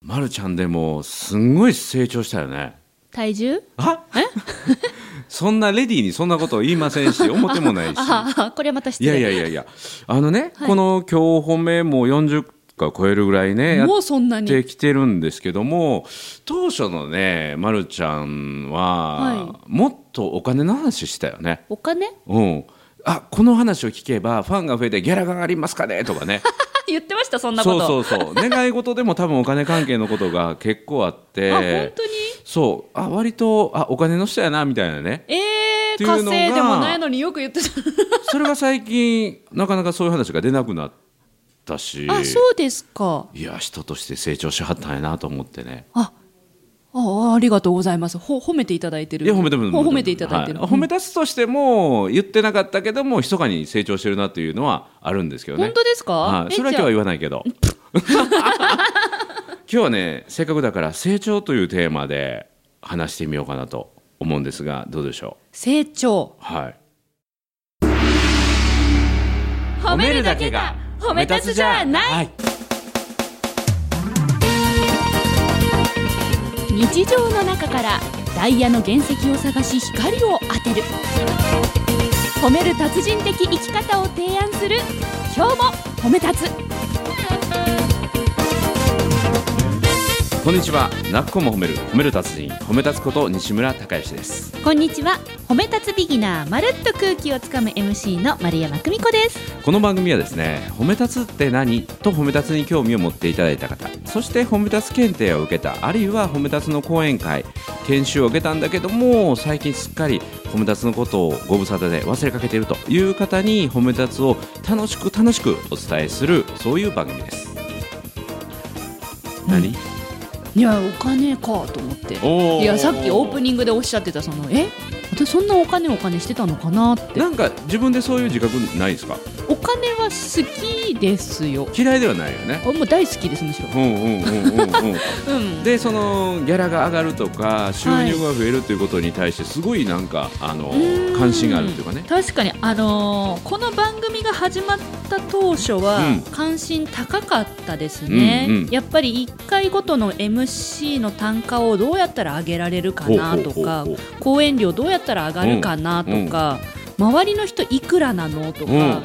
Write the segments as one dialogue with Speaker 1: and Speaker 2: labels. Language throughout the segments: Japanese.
Speaker 1: まるちゃんでもすんごい成長したよね
Speaker 2: 体重
Speaker 1: あ そんなレディーにそんなことを言いませんし思ってもないし
Speaker 2: ああ、 これはまた失
Speaker 1: い
Speaker 2: 礼。
Speaker 1: やいやいやいやあのね、この今日本命も40回超えるぐらいねやっ
Speaker 2: もうそんなに。
Speaker 1: てきてるんですけども当初のね、ま、るちゃんは、
Speaker 2: は
Speaker 1: もっとお金の話したよね。
Speaker 2: お金
Speaker 1: うんあこの話を聞けばファンが増えてギャラが上がりますかねとかね
Speaker 2: 言ってました、 そんなこ
Speaker 1: そう
Speaker 2: と。
Speaker 1: そうそう願い事でも多分お金関係のことが結構あっ
Speaker 2: あ、本
Speaker 1: て
Speaker 2: 当に
Speaker 1: そうあ割とあお金の人やなみたいなね
Speaker 2: え
Speaker 1: って
Speaker 2: ー、
Speaker 1: いうのが
Speaker 2: 火星でもないのによく言ってた。
Speaker 1: それが最近なかなかそういう話が出なくなったし
Speaker 2: あ、そうですか。
Speaker 1: いや人として成長しはったんやなと思ってね
Speaker 2: あ、あありがとうございます。ほ褒めていただいてる。
Speaker 1: いや褒めても
Speaker 2: ほ褒めていただいてる。
Speaker 1: は褒め立つとしても言ってなかったけども密かに成長してるなっていうのはあるんですけどね
Speaker 2: 本当ですか、
Speaker 1: はい、
Speaker 2: え
Speaker 1: それは今日は
Speaker 2: じゃ
Speaker 1: 言わないけ ど今日はねせっかくだから成長というテーマで話してみようかなと思うんですがどうでしょ
Speaker 2: あ成長
Speaker 1: う。はいはい
Speaker 2: 日常の中からダイヤの原石を探し光を当てる褒める達人的生き方を提案する今日も褒め立つ
Speaker 1: こんにちはなっこも褒める褒める達人褒め立つこと西村孝之です
Speaker 2: こんにちは褒め立つビギナーまるっと空気をつかむ MC の丸山久美子です
Speaker 1: この番組はですね褒め立つって何と褒め立つに興味を持っていただいた方そして褒め立つ検定を受けたあるいは褒め立つの講演会研修を受けたんだけども最近すっかり褒め立つのことをご無沙汰で忘れかけているという方に褒め立つを楽しく楽しくお伝えするそういう番組です何、
Speaker 2: いやお金かと思って
Speaker 1: おー
Speaker 2: いやさっきオープニングでおっしゃってたそのえ私そんなお金お金してたのかなって
Speaker 1: なんか自分でそういう自覚ないですか
Speaker 2: お金は好きですよ
Speaker 1: 嫌いではないよね
Speaker 2: あもう大好きですむしろ
Speaker 1: うんうんうんうんうん
Speaker 2: う ん
Speaker 1: でそのギャラが上がるとか収入が増えるということに対してすごいなんか、あの
Speaker 2: うん
Speaker 1: 関心があるというかね
Speaker 2: 確かにあのーこの番組が始まった当初は、
Speaker 1: うん
Speaker 2: 関心高かったですね、
Speaker 1: うんうん
Speaker 2: やっぱり1回ごとの MC の単価をどうやったら上げられるかなとか
Speaker 1: ほうほうほうほ
Speaker 2: 講演料どうやったら上がるかなとか、周りの人いくらなのとか、
Speaker 1: うん
Speaker 2: うん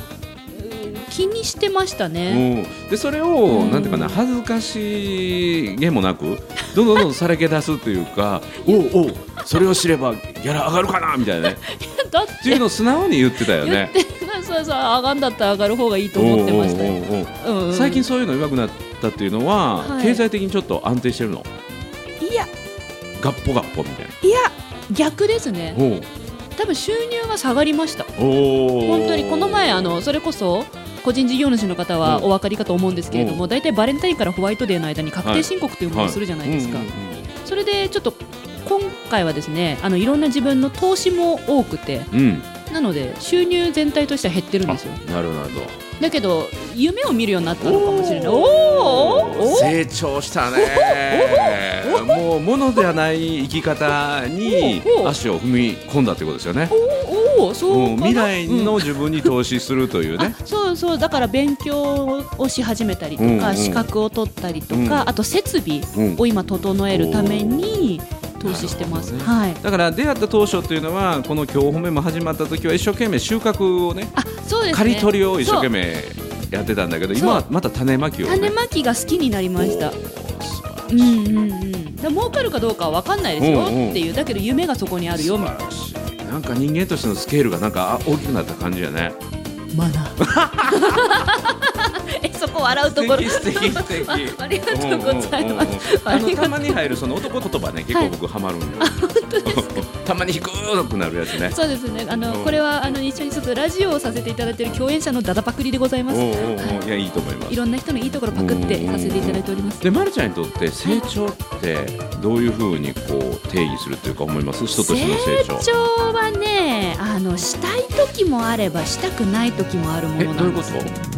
Speaker 2: 気にしてましたね、
Speaker 1: うん、でそれを、
Speaker 2: ん
Speaker 1: なんていうかな恥ずかしげもなくどんどんどんどんさらけ出すというかおうおうそれを知ればギャラ上がるかなみたいなね
Speaker 2: だっ
Speaker 1: っていう
Speaker 2: て
Speaker 1: のを素直に言ってたよ
Speaker 2: 言
Speaker 1: ね。
Speaker 2: ってそうそう上がんだったら上がる方がいいと思ってましたよ
Speaker 1: おうおうおうおう
Speaker 2: うんうん
Speaker 1: 最近そういうの弱くなったっていうのは、
Speaker 2: はい
Speaker 1: 経済的にちょっと安定してるの
Speaker 2: いや
Speaker 1: ガッポガッポみたいな。
Speaker 2: いや逆ですね
Speaker 1: おう
Speaker 2: 多分収入が下がりました
Speaker 1: おう
Speaker 2: 本当にこの前あのそれこそ個人事業主の方は
Speaker 1: うん
Speaker 2: お分かりかと思うんですけれど
Speaker 1: う
Speaker 2: も大体バレンタインからホワイトデーの間に確
Speaker 1: はい
Speaker 2: 定申告というものをするじゃないですか、
Speaker 1: はうんうんうん
Speaker 2: それでちょっと今回はですねあのいろんな自分の投資も多くて
Speaker 1: うん、
Speaker 2: なので収入全体としては減ってるん
Speaker 1: あ
Speaker 2: ですよ
Speaker 1: なるほどなるほど
Speaker 2: だけど夢を見るようになったのかもしれないおーおー
Speaker 1: 成長したねもうものではない生き方に
Speaker 2: おお
Speaker 1: 足を踏み込んだということですよね
Speaker 2: おーおーそう
Speaker 1: もう
Speaker 2: かな
Speaker 1: 未来
Speaker 2: うん
Speaker 1: の自分に投資するというね
Speaker 2: あそうそうだから勉強をし始めたりとか、
Speaker 1: うんうん
Speaker 2: 資格を取ったりとか、
Speaker 1: うん
Speaker 2: あと設備を今整えるために投資してます、
Speaker 1: なるほ
Speaker 2: はい
Speaker 1: だから出会った当初というのはこの今日褒めも始まった時は一生懸命収穫をね
Speaker 2: あそうですね
Speaker 1: 刈り取りを一生懸命やってたんだけど
Speaker 2: そう
Speaker 1: 今はまた種まきを
Speaker 2: そう種
Speaker 1: ね
Speaker 2: まきが好きになりました
Speaker 1: お素晴ら
Speaker 2: う
Speaker 1: し
Speaker 2: ん
Speaker 1: い
Speaker 2: うんうんだから儲かるかどうかは分かんないですよ
Speaker 1: うんうん
Speaker 2: っていうだけど夢がそこにあるよ
Speaker 1: 素
Speaker 2: み
Speaker 1: 晴
Speaker 2: たいな
Speaker 1: らしいなんか人間としてのスケールがなんかあ大きくなった感じやね
Speaker 2: マナー えそこ笑うところ
Speaker 1: 素敵素敵素敵
Speaker 2: あありがとうございます
Speaker 1: すあ
Speaker 2: ありが
Speaker 1: のた
Speaker 2: とう
Speaker 1: まに入るその男言葉ね結構僕ハマるんよ、たまに低くなるやつね
Speaker 2: そうですねあの、
Speaker 1: うん
Speaker 2: これはあの一緒にちょっとラジオをさせていただいている共演者のダダパクリでござい
Speaker 1: お
Speaker 2: ま
Speaker 1: う
Speaker 2: す
Speaker 1: おうおういやいいと思いま
Speaker 2: い
Speaker 1: す
Speaker 2: ろんな人のいいところパクってさせていただいております。
Speaker 1: で、ま、るちゃんにとって成長ってどういうふうにこう定義するっていうか思います人としての成長
Speaker 2: 成長はね、あのしたい時もあればしたくない時もあるも
Speaker 1: え
Speaker 2: のな
Speaker 1: どういうんこ
Speaker 2: で
Speaker 1: と
Speaker 2: す。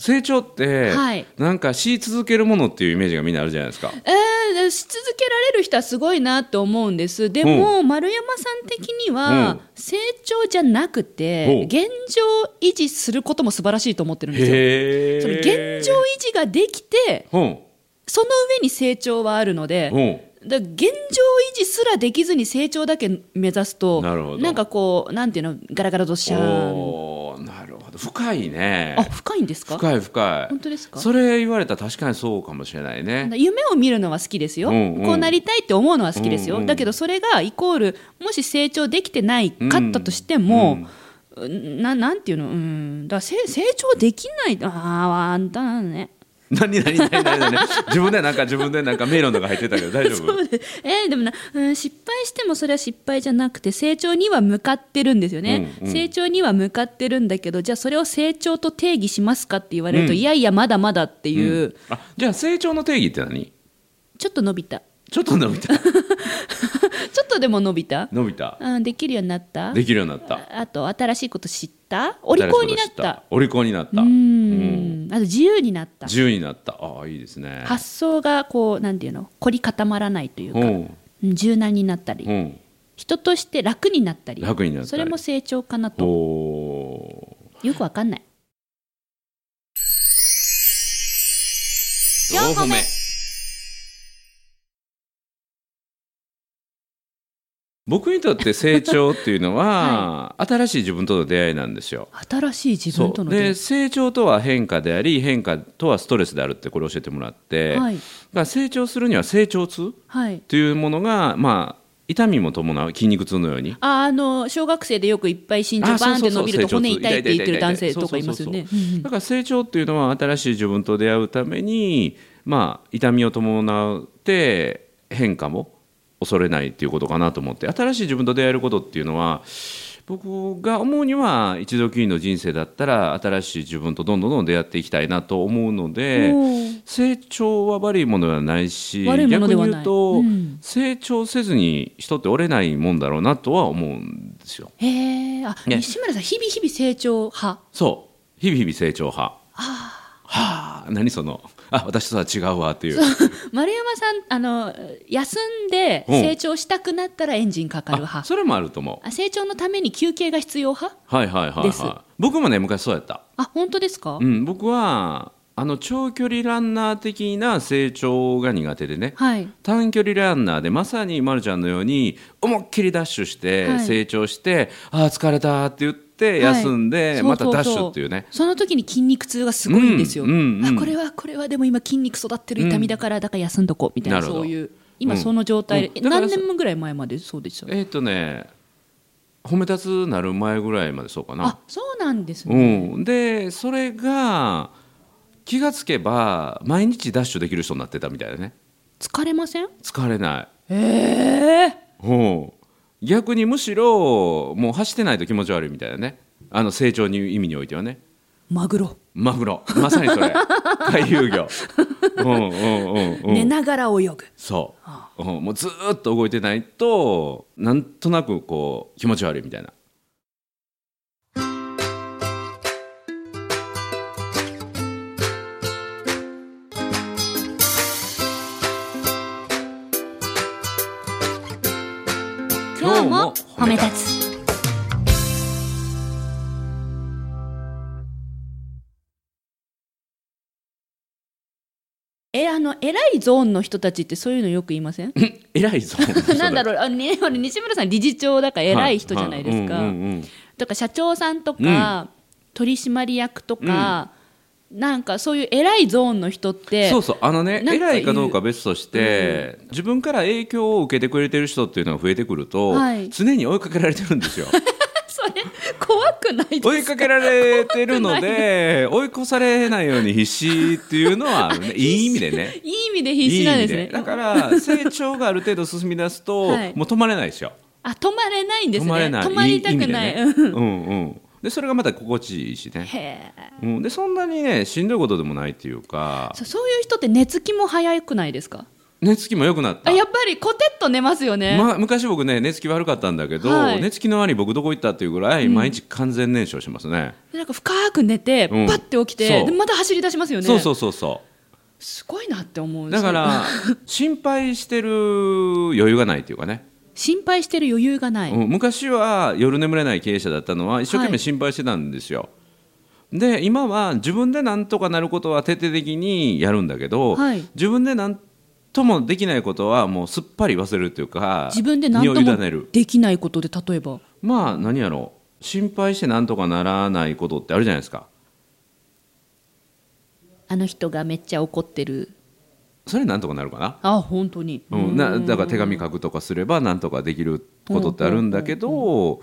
Speaker 1: 成長って、
Speaker 3: はい
Speaker 1: なんかし続けるものっていうイメージがみんなあるじゃないですか。
Speaker 2: えーし続けられる人はすごいなと思うんですでも、丸山さん的には、
Speaker 1: うん
Speaker 2: 成長じゃなく
Speaker 1: ほう
Speaker 2: て現状維持することも素晴らしいと思ってるんですよ。
Speaker 1: へえ。
Speaker 2: その現状維持ができて
Speaker 1: うん
Speaker 2: その上に成長はあるので
Speaker 1: うん
Speaker 2: だから現状維持すらできずに成長だけ目指すと
Speaker 1: なるほど
Speaker 2: んかこうなんていうのガラガラとしちゃう
Speaker 1: おーなるほど深いね
Speaker 2: あ深いんですか
Speaker 1: 深い深い
Speaker 2: 本当ですか
Speaker 1: それ言われたら確かにそうかもしれないね
Speaker 2: 夢を見るのは好きですよ、
Speaker 1: うんうん
Speaker 2: こうなりたいって思うのは好きですよ、
Speaker 1: うんうん
Speaker 2: だけどそれがイコールもし成長できてないかったとしても、ななんていうのうんだからせ成長できないあああんたなのね
Speaker 1: 何何何何何自分でなんか自分でなんか迷路とか入ってたけど大丈 夫
Speaker 2: えーでもな、うん、失敗してもそれは失敗じゃなくて成長には向かってるんですよね、
Speaker 1: うんうん
Speaker 2: 成長には向かってるんだけどじゃあそれを成長と定義しますかって言われると、
Speaker 1: うん
Speaker 2: いやいやまだまだっていう、
Speaker 1: うんあじゃあ成長の定義って何
Speaker 2: ちょっと伸びた
Speaker 1: ちょっと伸び た
Speaker 2: ちょっとでも伸びた、
Speaker 1: 伸びた
Speaker 2: うん、できるようになった
Speaker 1: できるようになった
Speaker 2: あと新しいこと知ったお利口になっ
Speaker 1: 新しいこと知
Speaker 2: た
Speaker 1: お利口になった
Speaker 2: う
Speaker 1: うん
Speaker 2: んあと自由になった
Speaker 1: 自由になったああいいですね
Speaker 2: 発想がこうなんていうの凝り固まらないというか
Speaker 1: う
Speaker 2: うん
Speaker 1: ん
Speaker 2: 柔軟になったり
Speaker 1: うん
Speaker 2: 人として楽になったり
Speaker 1: 楽になったり
Speaker 2: それも成長かなと
Speaker 1: お
Speaker 2: よくわかんない
Speaker 1: 4
Speaker 3: 個目
Speaker 1: 僕にとって成長っていうの は、新しい自分との出会いなんですよ。
Speaker 2: 新しい自分
Speaker 1: そ
Speaker 2: と
Speaker 1: う
Speaker 2: の
Speaker 1: で
Speaker 2: 出
Speaker 1: 成長とは変化であり変化とはストレスであるってこれ教えてもらって、
Speaker 2: 会いは
Speaker 1: だ
Speaker 2: い
Speaker 1: から成長するには成長痛
Speaker 2: はい
Speaker 1: というものが、まあ、痛みも伴う筋肉痛のように
Speaker 2: ああの小学生でよくいっぱい身
Speaker 1: あ
Speaker 2: 長バーン
Speaker 1: そ
Speaker 2: っ
Speaker 1: うそ
Speaker 2: て
Speaker 1: うそう
Speaker 2: 伸びると骨痛いって言ってる
Speaker 1: 成長
Speaker 2: 男
Speaker 1: 痛い痛
Speaker 2: 性
Speaker 1: い痛い
Speaker 2: とかいますよね
Speaker 1: そうそうそうだから成長っていうのは新しい自分と出会うために、まあ、痛みを伴って変化も恐れないっていうことかなと思って新しい自分と出会えることっていうのは僕が思うには一度きりの人生だったら新しい自分とどんどんどんどん出会っていきたいなと思うので
Speaker 2: おー
Speaker 1: 成長は悪いものではないし
Speaker 2: 悪いもの
Speaker 1: 逆
Speaker 2: で
Speaker 1: に
Speaker 2: はない
Speaker 1: 言うと、
Speaker 2: うん
Speaker 1: 成長せずに人って折れないもんだろうなとは思うんですよ。
Speaker 2: へえあ
Speaker 1: ね
Speaker 2: 西村さん日々日々成長派
Speaker 1: そう日々日々成長派はあ何そのあ私とは違うわっていう
Speaker 2: 丸山さんあの休んで
Speaker 1: うん
Speaker 2: 成長したくなったらエンジンかかる
Speaker 1: あ
Speaker 2: 派
Speaker 1: それもあると思
Speaker 2: あ成長のために休憩が必要派
Speaker 1: うはいはいはい、
Speaker 2: です
Speaker 1: はい、僕もね昔そうやった、
Speaker 2: あ本当ですか、
Speaker 1: うん、僕はあの長距離ランナー的な成長が苦手でね
Speaker 2: はい
Speaker 1: 短距離ランナーでまさにまるちゃんのように思いっきりダッシュして、
Speaker 2: はい
Speaker 1: 成長してあー疲れたって言って
Speaker 2: はい
Speaker 1: 休んで、
Speaker 2: そう
Speaker 1: また
Speaker 2: そうそう
Speaker 1: ダッシュっていうね
Speaker 2: その時に筋肉痛がすごいんですよ、
Speaker 1: うんうんうん
Speaker 2: あこれはこれはでも今筋肉育ってる痛みだから、だから休んどこうみたい
Speaker 1: な
Speaker 2: な
Speaker 1: るほど
Speaker 2: そういう
Speaker 1: う
Speaker 2: 今
Speaker 1: ん
Speaker 2: その状態で、
Speaker 1: うん
Speaker 2: え
Speaker 1: だから
Speaker 2: 何年ぐらい前までそうでした
Speaker 1: えっ、とね褒め立つなる前ぐらいまでそうかな
Speaker 2: あそうなんですね、
Speaker 1: うん、でそれが気がつけば毎日ダッシュできる人になってたみたいだね
Speaker 2: 疲れません
Speaker 1: 疲れない
Speaker 2: ええ
Speaker 1: うん逆にむしろもう走ってないと気持ち悪いみたいなねあの成長に意味においてはね
Speaker 2: マグロ、
Speaker 1: マグロまさに それ回遊魚うんうんうんう
Speaker 2: 寝
Speaker 1: ん
Speaker 2: ながら泳ぐ
Speaker 1: そう、うん、もうずーっと動いてないとなんとなくこう気持ち悪いみたいな今日も褒め立
Speaker 3: つ
Speaker 2: えあの偉いゾーンの人たちってそういうのよく言いません
Speaker 1: 偉いぞ
Speaker 2: なんだ
Speaker 1: ろ
Speaker 2: ろうあの、ね、あの西村さん理事長だから偉い人じゃないですか、だから社長さんとか、取締役とか、なんかそういう偉いゾーンの人って
Speaker 1: そうそうあのね
Speaker 2: なんか
Speaker 1: 偉いかどうかは別として、自分から影響を受けてくれてる人っていうのが増えてくると、
Speaker 2: はい
Speaker 1: 常に追いかけられてるん ですよ
Speaker 2: それ怖くない
Speaker 1: 追
Speaker 2: で
Speaker 1: い
Speaker 2: すか
Speaker 1: かけられてるので追い越されないように必死っていうのはあ るねいい意味でね
Speaker 2: いい意味で必死なんです
Speaker 1: いい意
Speaker 2: ね
Speaker 1: 味だから成長がある程度進み出すと、
Speaker 2: はい
Speaker 1: もう止まれないですよ
Speaker 2: あ止まれないんです
Speaker 1: 止
Speaker 2: ね
Speaker 1: まれない
Speaker 2: りたくない
Speaker 1: い意
Speaker 2: う
Speaker 1: 味でね
Speaker 2: ん
Speaker 1: うんうんでそれがまた心地いいしね、
Speaker 2: へえ
Speaker 1: うん、でそんなにねしんどいことでもないっていうか
Speaker 2: そそういう人って寝つきも早くないですか
Speaker 1: 寝つきも良くなった
Speaker 2: あやっぱりコテッと寝ますよね、
Speaker 1: まあ、昔僕ね寝つき悪かったんだけど、
Speaker 2: はい
Speaker 1: 寝つきの兄僕どこ行ったっていうぐらい毎日完全燃焼しますね、
Speaker 2: なんか深く寝てパ
Speaker 1: うん
Speaker 2: ッて起きて、
Speaker 1: そう
Speaker 2: でまた走り出しますよね
Speaker 1: そうそうそうそ
Speaker 2: すごいなって思う
Speaker 1: うだか
Speaker 2: そう
Speaker 1: ら心配してる余裕がないっていうかね、
Speaker 2: 心配してる余裕がない、
Speaker 1: うん、昔は夜眠れない経営者だったのは一生懸
Speaker 2: は
Speaker 1: 命
Speaker 2: い
Speaker 1: 心配してたんですよ、で今は自分でなんとかなることは徹底的にやるんだけど、
Speaker 2: はい
Speaker 1: 自分でなんともできないことはもうすっぱり忘れるというか
Speaker 2: 自分で何と
Speaker 1: 身を
Speaker 2: も
Speaker 1: 委ねる
Speaker 2: できないことで例えば
Speaker 1: まあ何やろう心配してなんとかならないことってあるじゃないですか
Speaker 2: あの人がめっちゃ怒ってる
Speaker 1: それなんとかなるかな,、
Speaker 2: あ本当に、
Speaker 1: うん、なだから手紙書くとかすればなんとかできることってあるんだけど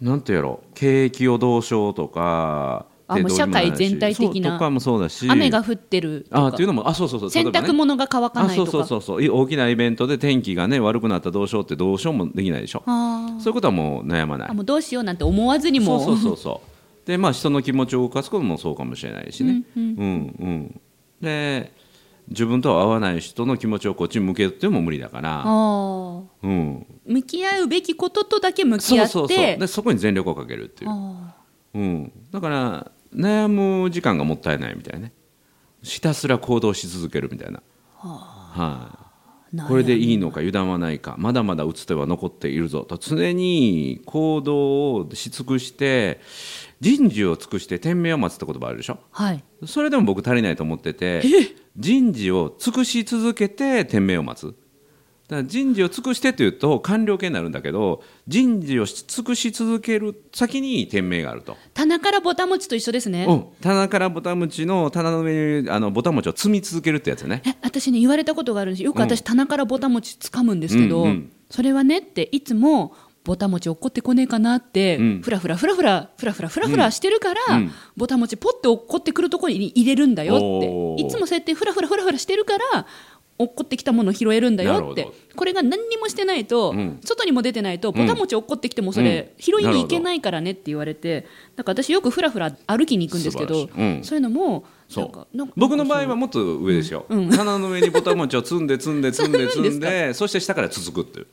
Speaker 1: なんてやろう景気をどうしようとか
Speaker 2: あもう
Speaker 1: でどにならな
Speaker 2: 社会
Speaker 1: いし
Speaker 2: 全体的な
Speaker 1: そうとかもそうだし
Speaker 2: 雨が降ってるとか
Speaker 1: あっていうのもあそうそうそう
Speaker 2: 洗
Speaker 1: 例えばね
Speaker 2: 濯物が乾か
Speaker 1: あ
Speaker 2: ない
Speaker 1: そ
Speaker 2: と
Speaker 1: う
Speaker 2: か
Speaker 1: そうそうそうい大きなイベントで天気がね悪くなったらどうしようってどうしようもできないでしょ
Speaker 2: あー
Speaker 1: そういうことはもう悩まない
Speaker 2: あもうどうしようなんて思わずにも
Speaker 1: そうそうそうそうでまあ人の気持ちを動かすこともそうかもしれないしねうんうんで自分とは合わない人の気持ちをこっちに向けても無理だから、
Speaker 2: あー
Speaker 1: うん、
Speaker 2: 向き合うべきこととだけ向き
Speaker 1: そ
Speaker 2: 合
Speaker 1: う
Speaker 2: って
Speaker 1: そうそうでそこに全力をかけるっていう、
Speaker 2: あ
Speaker 1: うん、だから悩む時間がもったいないみたいなねひたすら行動し続けるみたいな、はい、
Speaker 2: ーなる
Speaker 1: こ
Speaker 2: ほど
Speaker 1: れでいいのか油断はないかまだまだ打つ手は残っているぞと常に行動をし尽くして人事を尽くして天命を待つって言葉あるでしょ
Speaker 2: はい
Speaker 1: それでも僕足りないと思ってて人事を尽くし続けて天命を待つだから人事を尽くしてというと官僚系になるんだけど人事を尽くし続ける先に天命があると、
Speaker 2: 棚からぼたもちと一緒ですね、
Speaker 1: うん、棚からボタン持ちの棚の上にあのボタン持ちを積み続けるってやつね
Speaker 2: え私ね言われたことがあるんですよよく私、棚からぼたもちつかむんですけど、
Speaker 1: うんうん
Speaker 2: それはねっていつもぼたもち落っこってこねえかなって、
Speaker 1: うん
Speaker 2: ふらふらふらふらふらふらふらふらしてるから、
Speaker 1: うん
Speaker 2: ぼたもちポッて落っこってくるところに入れるんだよ
Speaker 1: お
Speaker 2: って
Speaker 1: ー
Speaker 2: いつもそうやってふらふらふらふらしてるから落っこってきたものを拾えるんだ
Speaker 1: なる
Speaker 2: よ
Speaker 1: ほ
Speaker 2: って
Speaker 1: ど
Speaker 2: これが何にもしてないと、
Speaker 1: うん
Speaker 2: 外にも出てないとぼたもち落っこってきてもそれ、
Speaker 1: うん
Speaker 2: 拾いに行けないからねって言われてだから私よくふらふら歩きに行くんですけ
Speaker 1: 素
Speaker 2: ど、
Speaker 1: 晴らしいうん
Speaker 2: そういうのも
Speaker 1: そう
Speaker 2: なんかなんか
Speaker 1: 僕の場合はもっと上ですよ、棚の上にボタン餅を積んで積んで積んで
Speaker 2: 積
Speaker 1: 積
Speaker 2: むん
Speaker 1: ん
Speaker 2: で すか
Speaker 1: でそして下から続くっていう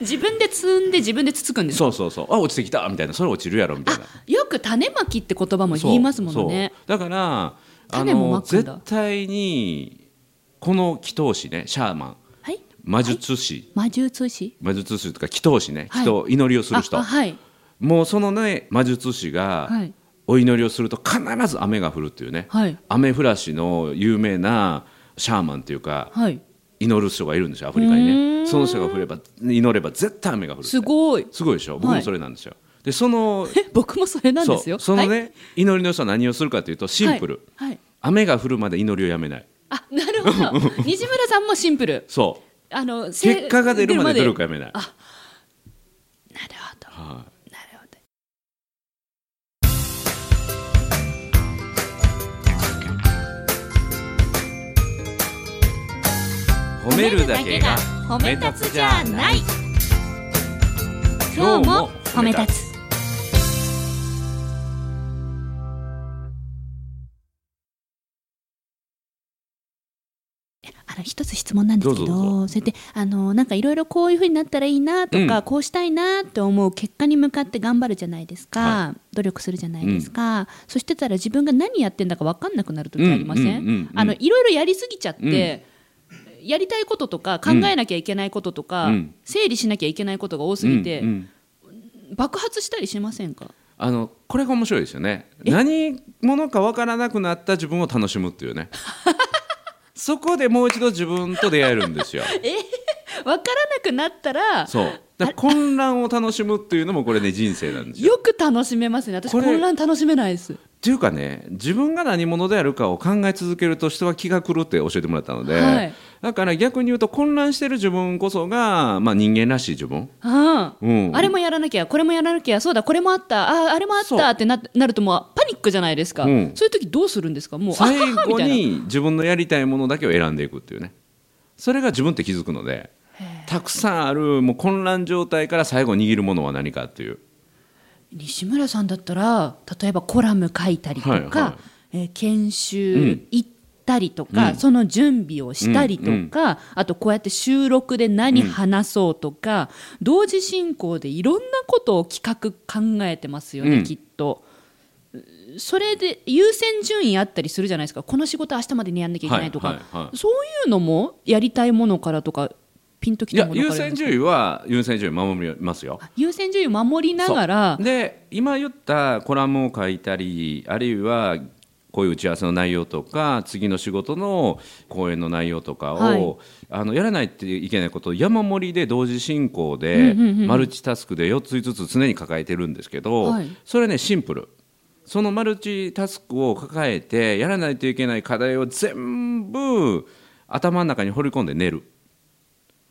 Speaker 2: 自分で積んで自分でつつくんです
Speaker 1: そうそうそうあ落ちてきたみたいなそれ落ちるやろみたいな
Speaker 2: よく種まきって言葉も言いますものね
Speaker 1: そうそうだからあ
Speaker 2: 種も
Speaker 1: の
Speaker 2: まくんだ
Speaker 1: 絶対にこの祈祷師ねシャーマン
Speaker 2: はい
Speaker 1: 魔術師、
Speaker 2: 魔術師
Speaker 1: 魔術師とか祈祷師ね、
Speaker 2: はい
Speaker 1: 人祈りをする人
Speaker 2: ああはい
Speaker 1: もうそのね魔術師が
Speaker 2: はい
Speaker 1: お祈りをすると必ず雨が降るっていうね、
Speaker 2: はい
Speaker 1: 雨降らしの有名なシャーマンっていうか
Speaker 2: はい
Speaker 1: 祈る人がいるんですよアフリカに
Speaker 2: うー
Speaker 1: ね
Speaker 2: ん
Speaker 1: その人が降れば祈れば絶対雨が降るって
Speaker 2: すごい
Speaker 1: すごいでしょ僕もそれなんですよ、でその
Speaker 2: え僕もそれなん
Speaker 1: そ
Speaker 2: ですよ
Speaker 1: うその
Speaker 2: はい
Speaker 1: ね、祈りの人は何をするかというとシンプル、
Speaker 2: はいはい
Speaker 1: 雨が降るまで祈りをやめない
Speaker 2: あなるほど 西村さんもシンプル
Speaker 1: そう
Speaker 2: あのせ
Speaker 1: 結果が出るまで努力をやめない
Speaker 2: あなるほど
Speaker 1: は
Speaker 2: なるほど
Speaker 1: い褒めるだけが
Speaker 3: 褒
Speaker 1: め立つじゃない
Speaker 3: 今日も褒め立つ
Speaker 4: あの一つ質問なんですけど
Speaker 1: どうぞど
Speaker 4: そうやってあのなんかいろいろこういうふうになったらいいなとか、
Speaker 1: うん
Speaker 4: こうしたいなって思う結果に向かって頑張るじゃないですか、
Speaker 1: は
Speaker 4: 努力するじゃないですか、そしてたら自分が何やってんだか分かんなくなる時ありませ
Speaker 1: うんうんうんうん
Speaker 4: ん
Speaker 1: うん
Speaker 4: あの
Speaker 2: いろいろやりすぎちゃって、やりたいこととか考えなきゃいけないこととか、
Speaker 1: うん
Speaker 2: 整理しなきゃいけないことが多すぎて、
Speaker 1: うんうん
Speaker 2: 爆発したりしませんか
Speaker 1: あのこれが面白いですよね何者か分からなくなった自分を楽しむっていう ねそこでもう一度自分と出会えるんですよ
Speaker 2: 分からなくなったら
Speaker 1: そうだから混乱を楽しむっていうのもこれね人生なんですよ
Speaker 2: よく楽しめますね私
Speaker 1: これ
Speaker 2: 混乱楽しめないです
Speaker 1: っていうかね自分が何者であるかを考え続けると人は気が狂って教えてもらったので、
Speaker 2: はい
Speaker 1: だから逆に言うと混乱してる自分こそが、まあ、人間らしい自分、
Speaker 2: あ,、
Speaker 1: うん
Speaker 2: あれもやらなきゃこれもやらなきゃそうだこれもあったあーあれもあっ
Speaker 1: そう
Speaker 2: たってななるともうパニックじゃないですか、
Speaker 1: うん
Speaker 2: そういう時どうするんですかもう
Speaker 1: 最
Speaker 2: あははみ
Speaker 1: 後
Speaker 2: たいな
Speaker 1: に自分のやりたいものだけを選んでいくっていうねそれが自分って気づくのでたくさんあるもう混乱状態から最後握るものは何かっていう
Speaker 2: 西村さんだったら例えばコラム書いたりとか、
Speaker 1: はいは
Speaker 2: えー研修、
Speaker 1: うん
Speaker 2: 行っったりとか、
Speaker 1: うん
Speaker 2: その準備をしたりとか、
Speaker 1: うんうん
Speaker 2: あとこうやって収録で何話そうとか、同時進行でいろんなことを企画考えてますよね、
Speaker 1: うん
Speaker 2: きっと。それで優先順位あったりするじゃないですかこの仕事明日までにやんなきゃいけないとか、
Speaker 1: はいはいは
Speaker 2: そういうのもやりたいものからとかピンとき
Speaker 1: い
Speaker 2: た
Speaker 1: や
Speaker 2: もの
Speaker 1: 優
Speaker 2: から
Speaker 1: 先順位は優先順位守りますよ。
Speaker 2: 優先順位を守りながら
Speaker 1: で今言ったコラムを書いたりあるいはこういう打ち合わせの内容とか次の仕事の講演の内容とかを、
Speaker 2: はい
Speaker 1: あのやらないといけないことを山盛りで同時進行で、マルチタスクで4つ5つ常に抱えてるんですけど、
Speaker 2: はい
Speaker 1: それねシンプル。そのマルチタスクを抱えてやらないといけない課題を全部頭の中に放り込んで寝る。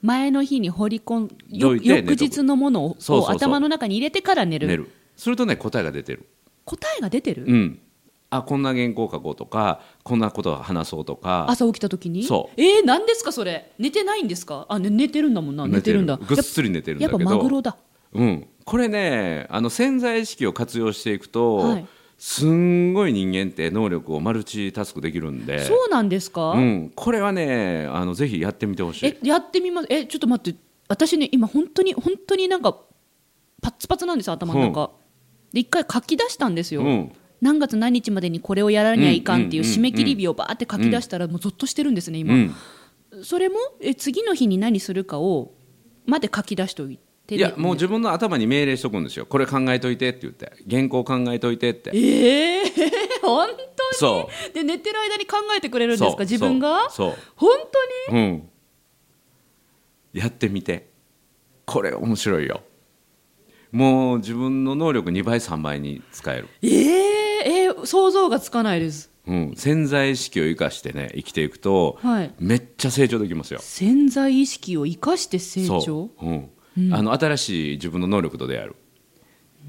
Speaker 2: 前の日に掘り込んよ
Speaker 1: どいて寝とく
Speaker 2: 翌日のものを
Speaker 1: そうそうそう
Speaker 2: 頭の中に入れてから寝る
Speaker 1: 寝るするとね答えが出てる。
Speaker 2: 答えが出てる、
Speaker 1: うん、あこんな原稿書こうとかこんなことを話そうとか
Speaker 2: 朝起きた時に
Speaker 1: そう
Speaker 2: えー、何ですかそれ寝てないんですかあ、ね、寝てるんだもんな寝てるんだ
Speaker 1: ぐっすり寝てるんだ
Speaker 2: やっ
Speaker 1: け
Speaker 2: ぱ
Speaker 1: ど
Speaker 2: マグロだ
Speaker 1: うん、これねあの潜在意識を活用していくと、
Speaker 2: はい
Speaker 1: すんごい人間って能力をマルチタスクできるんで
Speaker 2: そうなんですか、
Speaker 1: うん、これはねあのぜひやってみてほし
Speaker 2: え
Speaker 1: い。
Speaker 2: やってみますえちょっと待って私ね今本当に本当になんかパッツパツなんですよ頭の中、で一回書き出したんですよ、
Speaker 1: うん
Speaker 2: 何月何日までにこれをやらにゃいかんっていう
Speaker 1: うんうんうん
Speaker 2: 締め切り日をバーって書き出したらもうゾッとしてるんですね今、
Speaker 1: うん
Speaker 2: それもえ次の日に何するかをまで書き出しておいて
Speaker 1: い
Speaker 2: ね
Speaker 1: やもう自分の頭に命令しとくんですよこれ考えといてって言って原稿考えといてって
Speaker 2: ええ本
Speaker 1: そ
Speaker 2: 当にで寝てる間に考えてくれ
Speaker 1: う
Speaker 2: るんですか自分が
Speaker 1: そうそう
Speaker 2: 本当に
Speaker 1: うん、やってみてこれ面白いよもう自分の能力2倍3倍に使える、
Speaker 2: えええー想像がつかないです
Speaker 1: うん、潜在意識を生かしてね生きていくと、
Speaker 2: はい
Speaker 1: めっちゃ成長できますよ
Speaker 2: 潜在意識を生かして成長
Speaker 1: そう、うんあの新しい自分の能力と出会える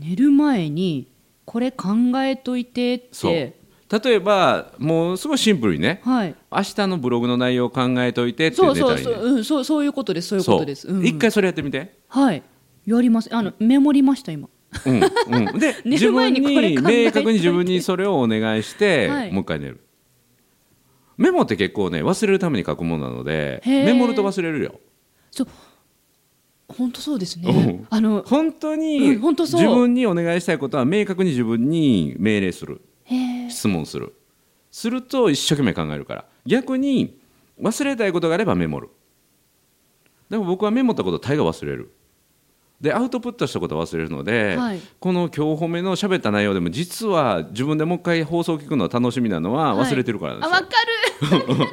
Speaker 2: 寝る前にこれ考えといてっ
Speaker 1: そう
Speaker 2: て
Speaker 1: 例えばもうすごいシンプルにね
Speaker 2: はい
Speaker 1: 明日のブログの内容を考えといてって
Speaker 2: そ
Speaker 1: 出
Speaker 2: うそ
Speaker 1: た
Speaker 2: う
Speaker 1: り
Speaker 2: そう、
Speaker 1: ね
Speaker 2: うん、そうそういうことですそういうことです、うんうん
Speaker 1: 一回それやってみて
Speaker 2: はいやりますあのメモりました今
Speaker 1: うんうん、で
Speaker 2: 寝る前にこれ
Speaker 1: 自
Speaker 2: 考えと
Speaker 1: 分に明
Speaker 2: いて
Speaker 1: 確に自分にそれをお願いして、
Speaker 2: はい
Speaker 1: もう一回寝るメモって結構ね忘れるために書くものなので
Speaker 2: へー
Speaker 1: メモると忘れるよ
Speaker 2: そう本当そうです
Speaker 1: う
Speaker 2: ね
Speaker 1: ん
Speaker 2: あの
Speaker 1: 本当に、
Speaker 2: うん本当そう
Speaker 1: 自分にお願いしたいことは明確に自分に命令する質問するすると一生懸命考えるから逆に忘れたいことがあればメモるでも僕はメモったこと大概忘れるでアウトプットしたこと忘れるので、
Speaker 2: はい
Speaker 1: この今日褒めの喋った内容でも実は自分でもう一回放送聞くの楽しみなのは忘れてるからなんで
Speaker 2: あ
Speaker 1: すよ、
Speaker 2: わかる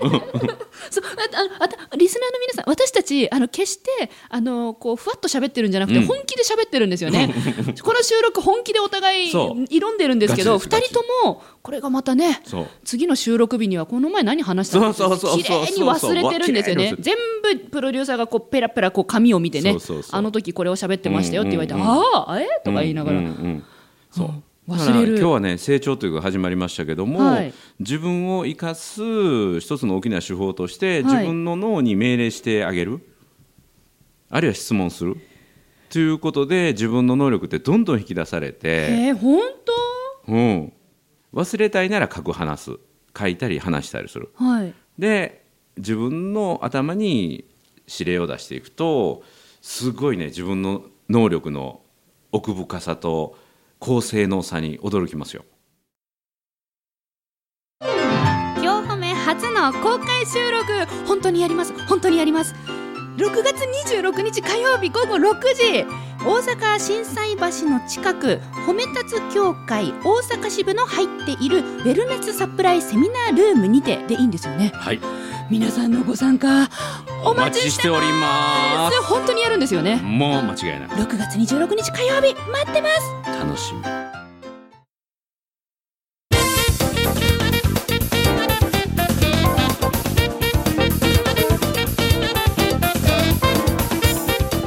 Speaker 2: そうあああたリスナーの皆さん私たちあの決してあのこうふわっと喋ってるんじゃなくて、
Speaker 1: うん
Speaker 2: 本気で喋ってるんです よねこの収録本気でお互い
Speaker 1: そう
Speaker 2: 挑んでるんですけど
Speaker 1: ガチです
Speaker 2: 2人ともこれがまたね
Speaker 1: そう
Speaker 2: 次の収録日にはこの前何話したのって
Speaker 1: そうそうそうそう
Speaker 2: 綺麗に忘れてるんですよね
Speaker 1: そう
Speaker 2: 全部プロデューサーがこうペラペラこう紙を見てね
Speaker 1: そうそうそう
Speaker 2: あの時これを喋ってましたよって言われて、
Speaker 1: うんうんうん
Speaker 2: ああえとか言いながら、
Speaker 1: うんうんうんそう
Speaker 2: 忘
Speaker 1: だか
Speaker 2: れる
Speaker 1: ら今日はね成長というか始まりましたけども、
Speaker 2: はい
Speaker 1: 自分を生かす一つの大きな手法として、
Speaker 2: は
Speaker 1: 自
Speaker 2: い
Speaker 1: 分の脳に命令してあげるあるいは質問するということで自分の能力ってどんどん引き出されて、
Speaker 2: えー本
Speaker 1: うん、忘れたいなら書く話す書いたり話したりする
Speaker 2: 当はい
Speaker 1: で自分の頭に指令を出していくとすごいね自分の能力の奥深さと高性能さに驚きますよ。
Speaker 4: 今日褒め初の公開収録本当にやります本当にやります6月26日火曜日午後6時大阪心斎橋の近く褒め立つ協会大阪支部の入っているウェルネスサプライセミナールームにてでいいんですよね
Speaker 1: はい、
Speaker 4: 皆さんのご参加お
Speaker 1: お
Speaker 4: 待
Speaker 1: 待
Speaker 4: ち
Speaker 1: ち
Speaker 4: し
Speaker 1: してておりま
Speaker 2: それ本当にやるんですよね
Speaker 1: す。もう間違いない。
Speaker 4: 6月26日火曜日待ってます
Speaker 1: 楽しみ。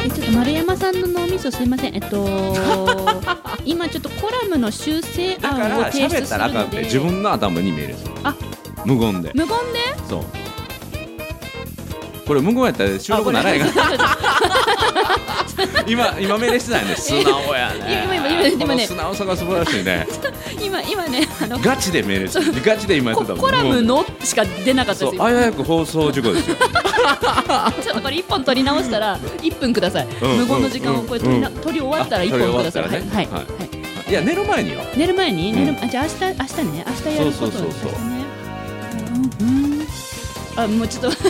Speaker 4: えちょっと丸山さんの脳みそすいませんえっと 今ちょっとコラムの修正
Speaker 1: だか
Speaker 4: 案を
Speaker 1: ら
Speaker 4: 提出するので
Speaker 1: 喋ったらあかんって自分の頭に命令する。
Speaker 4: あ
Speaker 1: 無言で。
Speaker 4: 無言で
Speaker 1: そう。これ無言やったら収録ならへんが。 今今目でしてないね素直やね
Speaker 2: 今今今今
Speaker 1: この
Speaker 2: ね
Speaker 1: 素直さが素晴らしいね
Speaker 2: 今今ね あの
Speaker 1: ガチで命令してガチで今やっ
Speaker 2: コ
Speaker 1: てたもん
Speaker 2: コラムのしか出なかった
Speaker 1: そう
Speaker 2: ですよ
Speaker 1: あややく放送事故ですよ
Speaker 2: ちょっとこれ一本取り直したら一分ください、
Speaker 1: ん
Speaker 2: 無言の時間をこれ取りな、
Speaker 1: う
Speaker 2: 取り終わったら一本ください、
Speaker 1: あ
Speaker 2: は
Speaker 1: 取
Speaker 2: い
Speaker 1: り終わっ
Speaker 2: はい、
Speaker 1: たらね
Speaker 2: はい
Speaker 1: いや寝る前によ
Speaker 2: 寝る前に、
Speaker 1: うん
Speaker 2: 寝るあじゃあ明日明日ね明日やること
Speaker 1: そうそうそうそう
Speaker 2: ですねうんうんあもうちょっと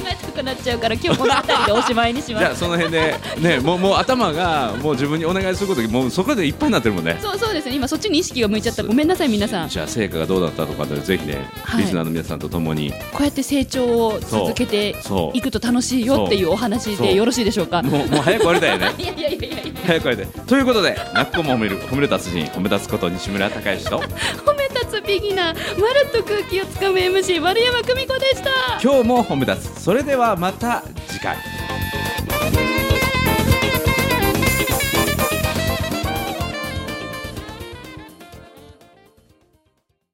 Speaker 2: 考えたくなっちゃうから今日この辺りでおしまいにし ま
Speaker 1: じゃあ
Speaker 2: す
Speaker 1: その辺でねもうもう頭がもう自分にお願いすることもうそこでいっぱいになってるもんね
Speaker 2: そうそうですね今そっちに意識が向いちゃったごめんなさい皆さんこ
Speaker 1: じゃあ成果がどうだったとかでぜひね、
Speaker 2: はい
Speaker 1: リスナーの皆さんとともに
Speaker 2: うやって成長を続けて
Speaker 1: そう
Speaker 2: いくと楽しいよっていうお話でよろしいでしょうか
Speaker 1: もうもう早く終わりたいよね
Speaker 2: いやいやいやいやいや
Speaker 1: 早く終わりたいということで泣く子も褒める褒める達人褒め立つこと西村孝之と
Speaker 2: 褒め立つビギナーまるっと空気をつかむ MC 丸山久美子でした
Speaker 1: 今日も褒め立つそれではまた次回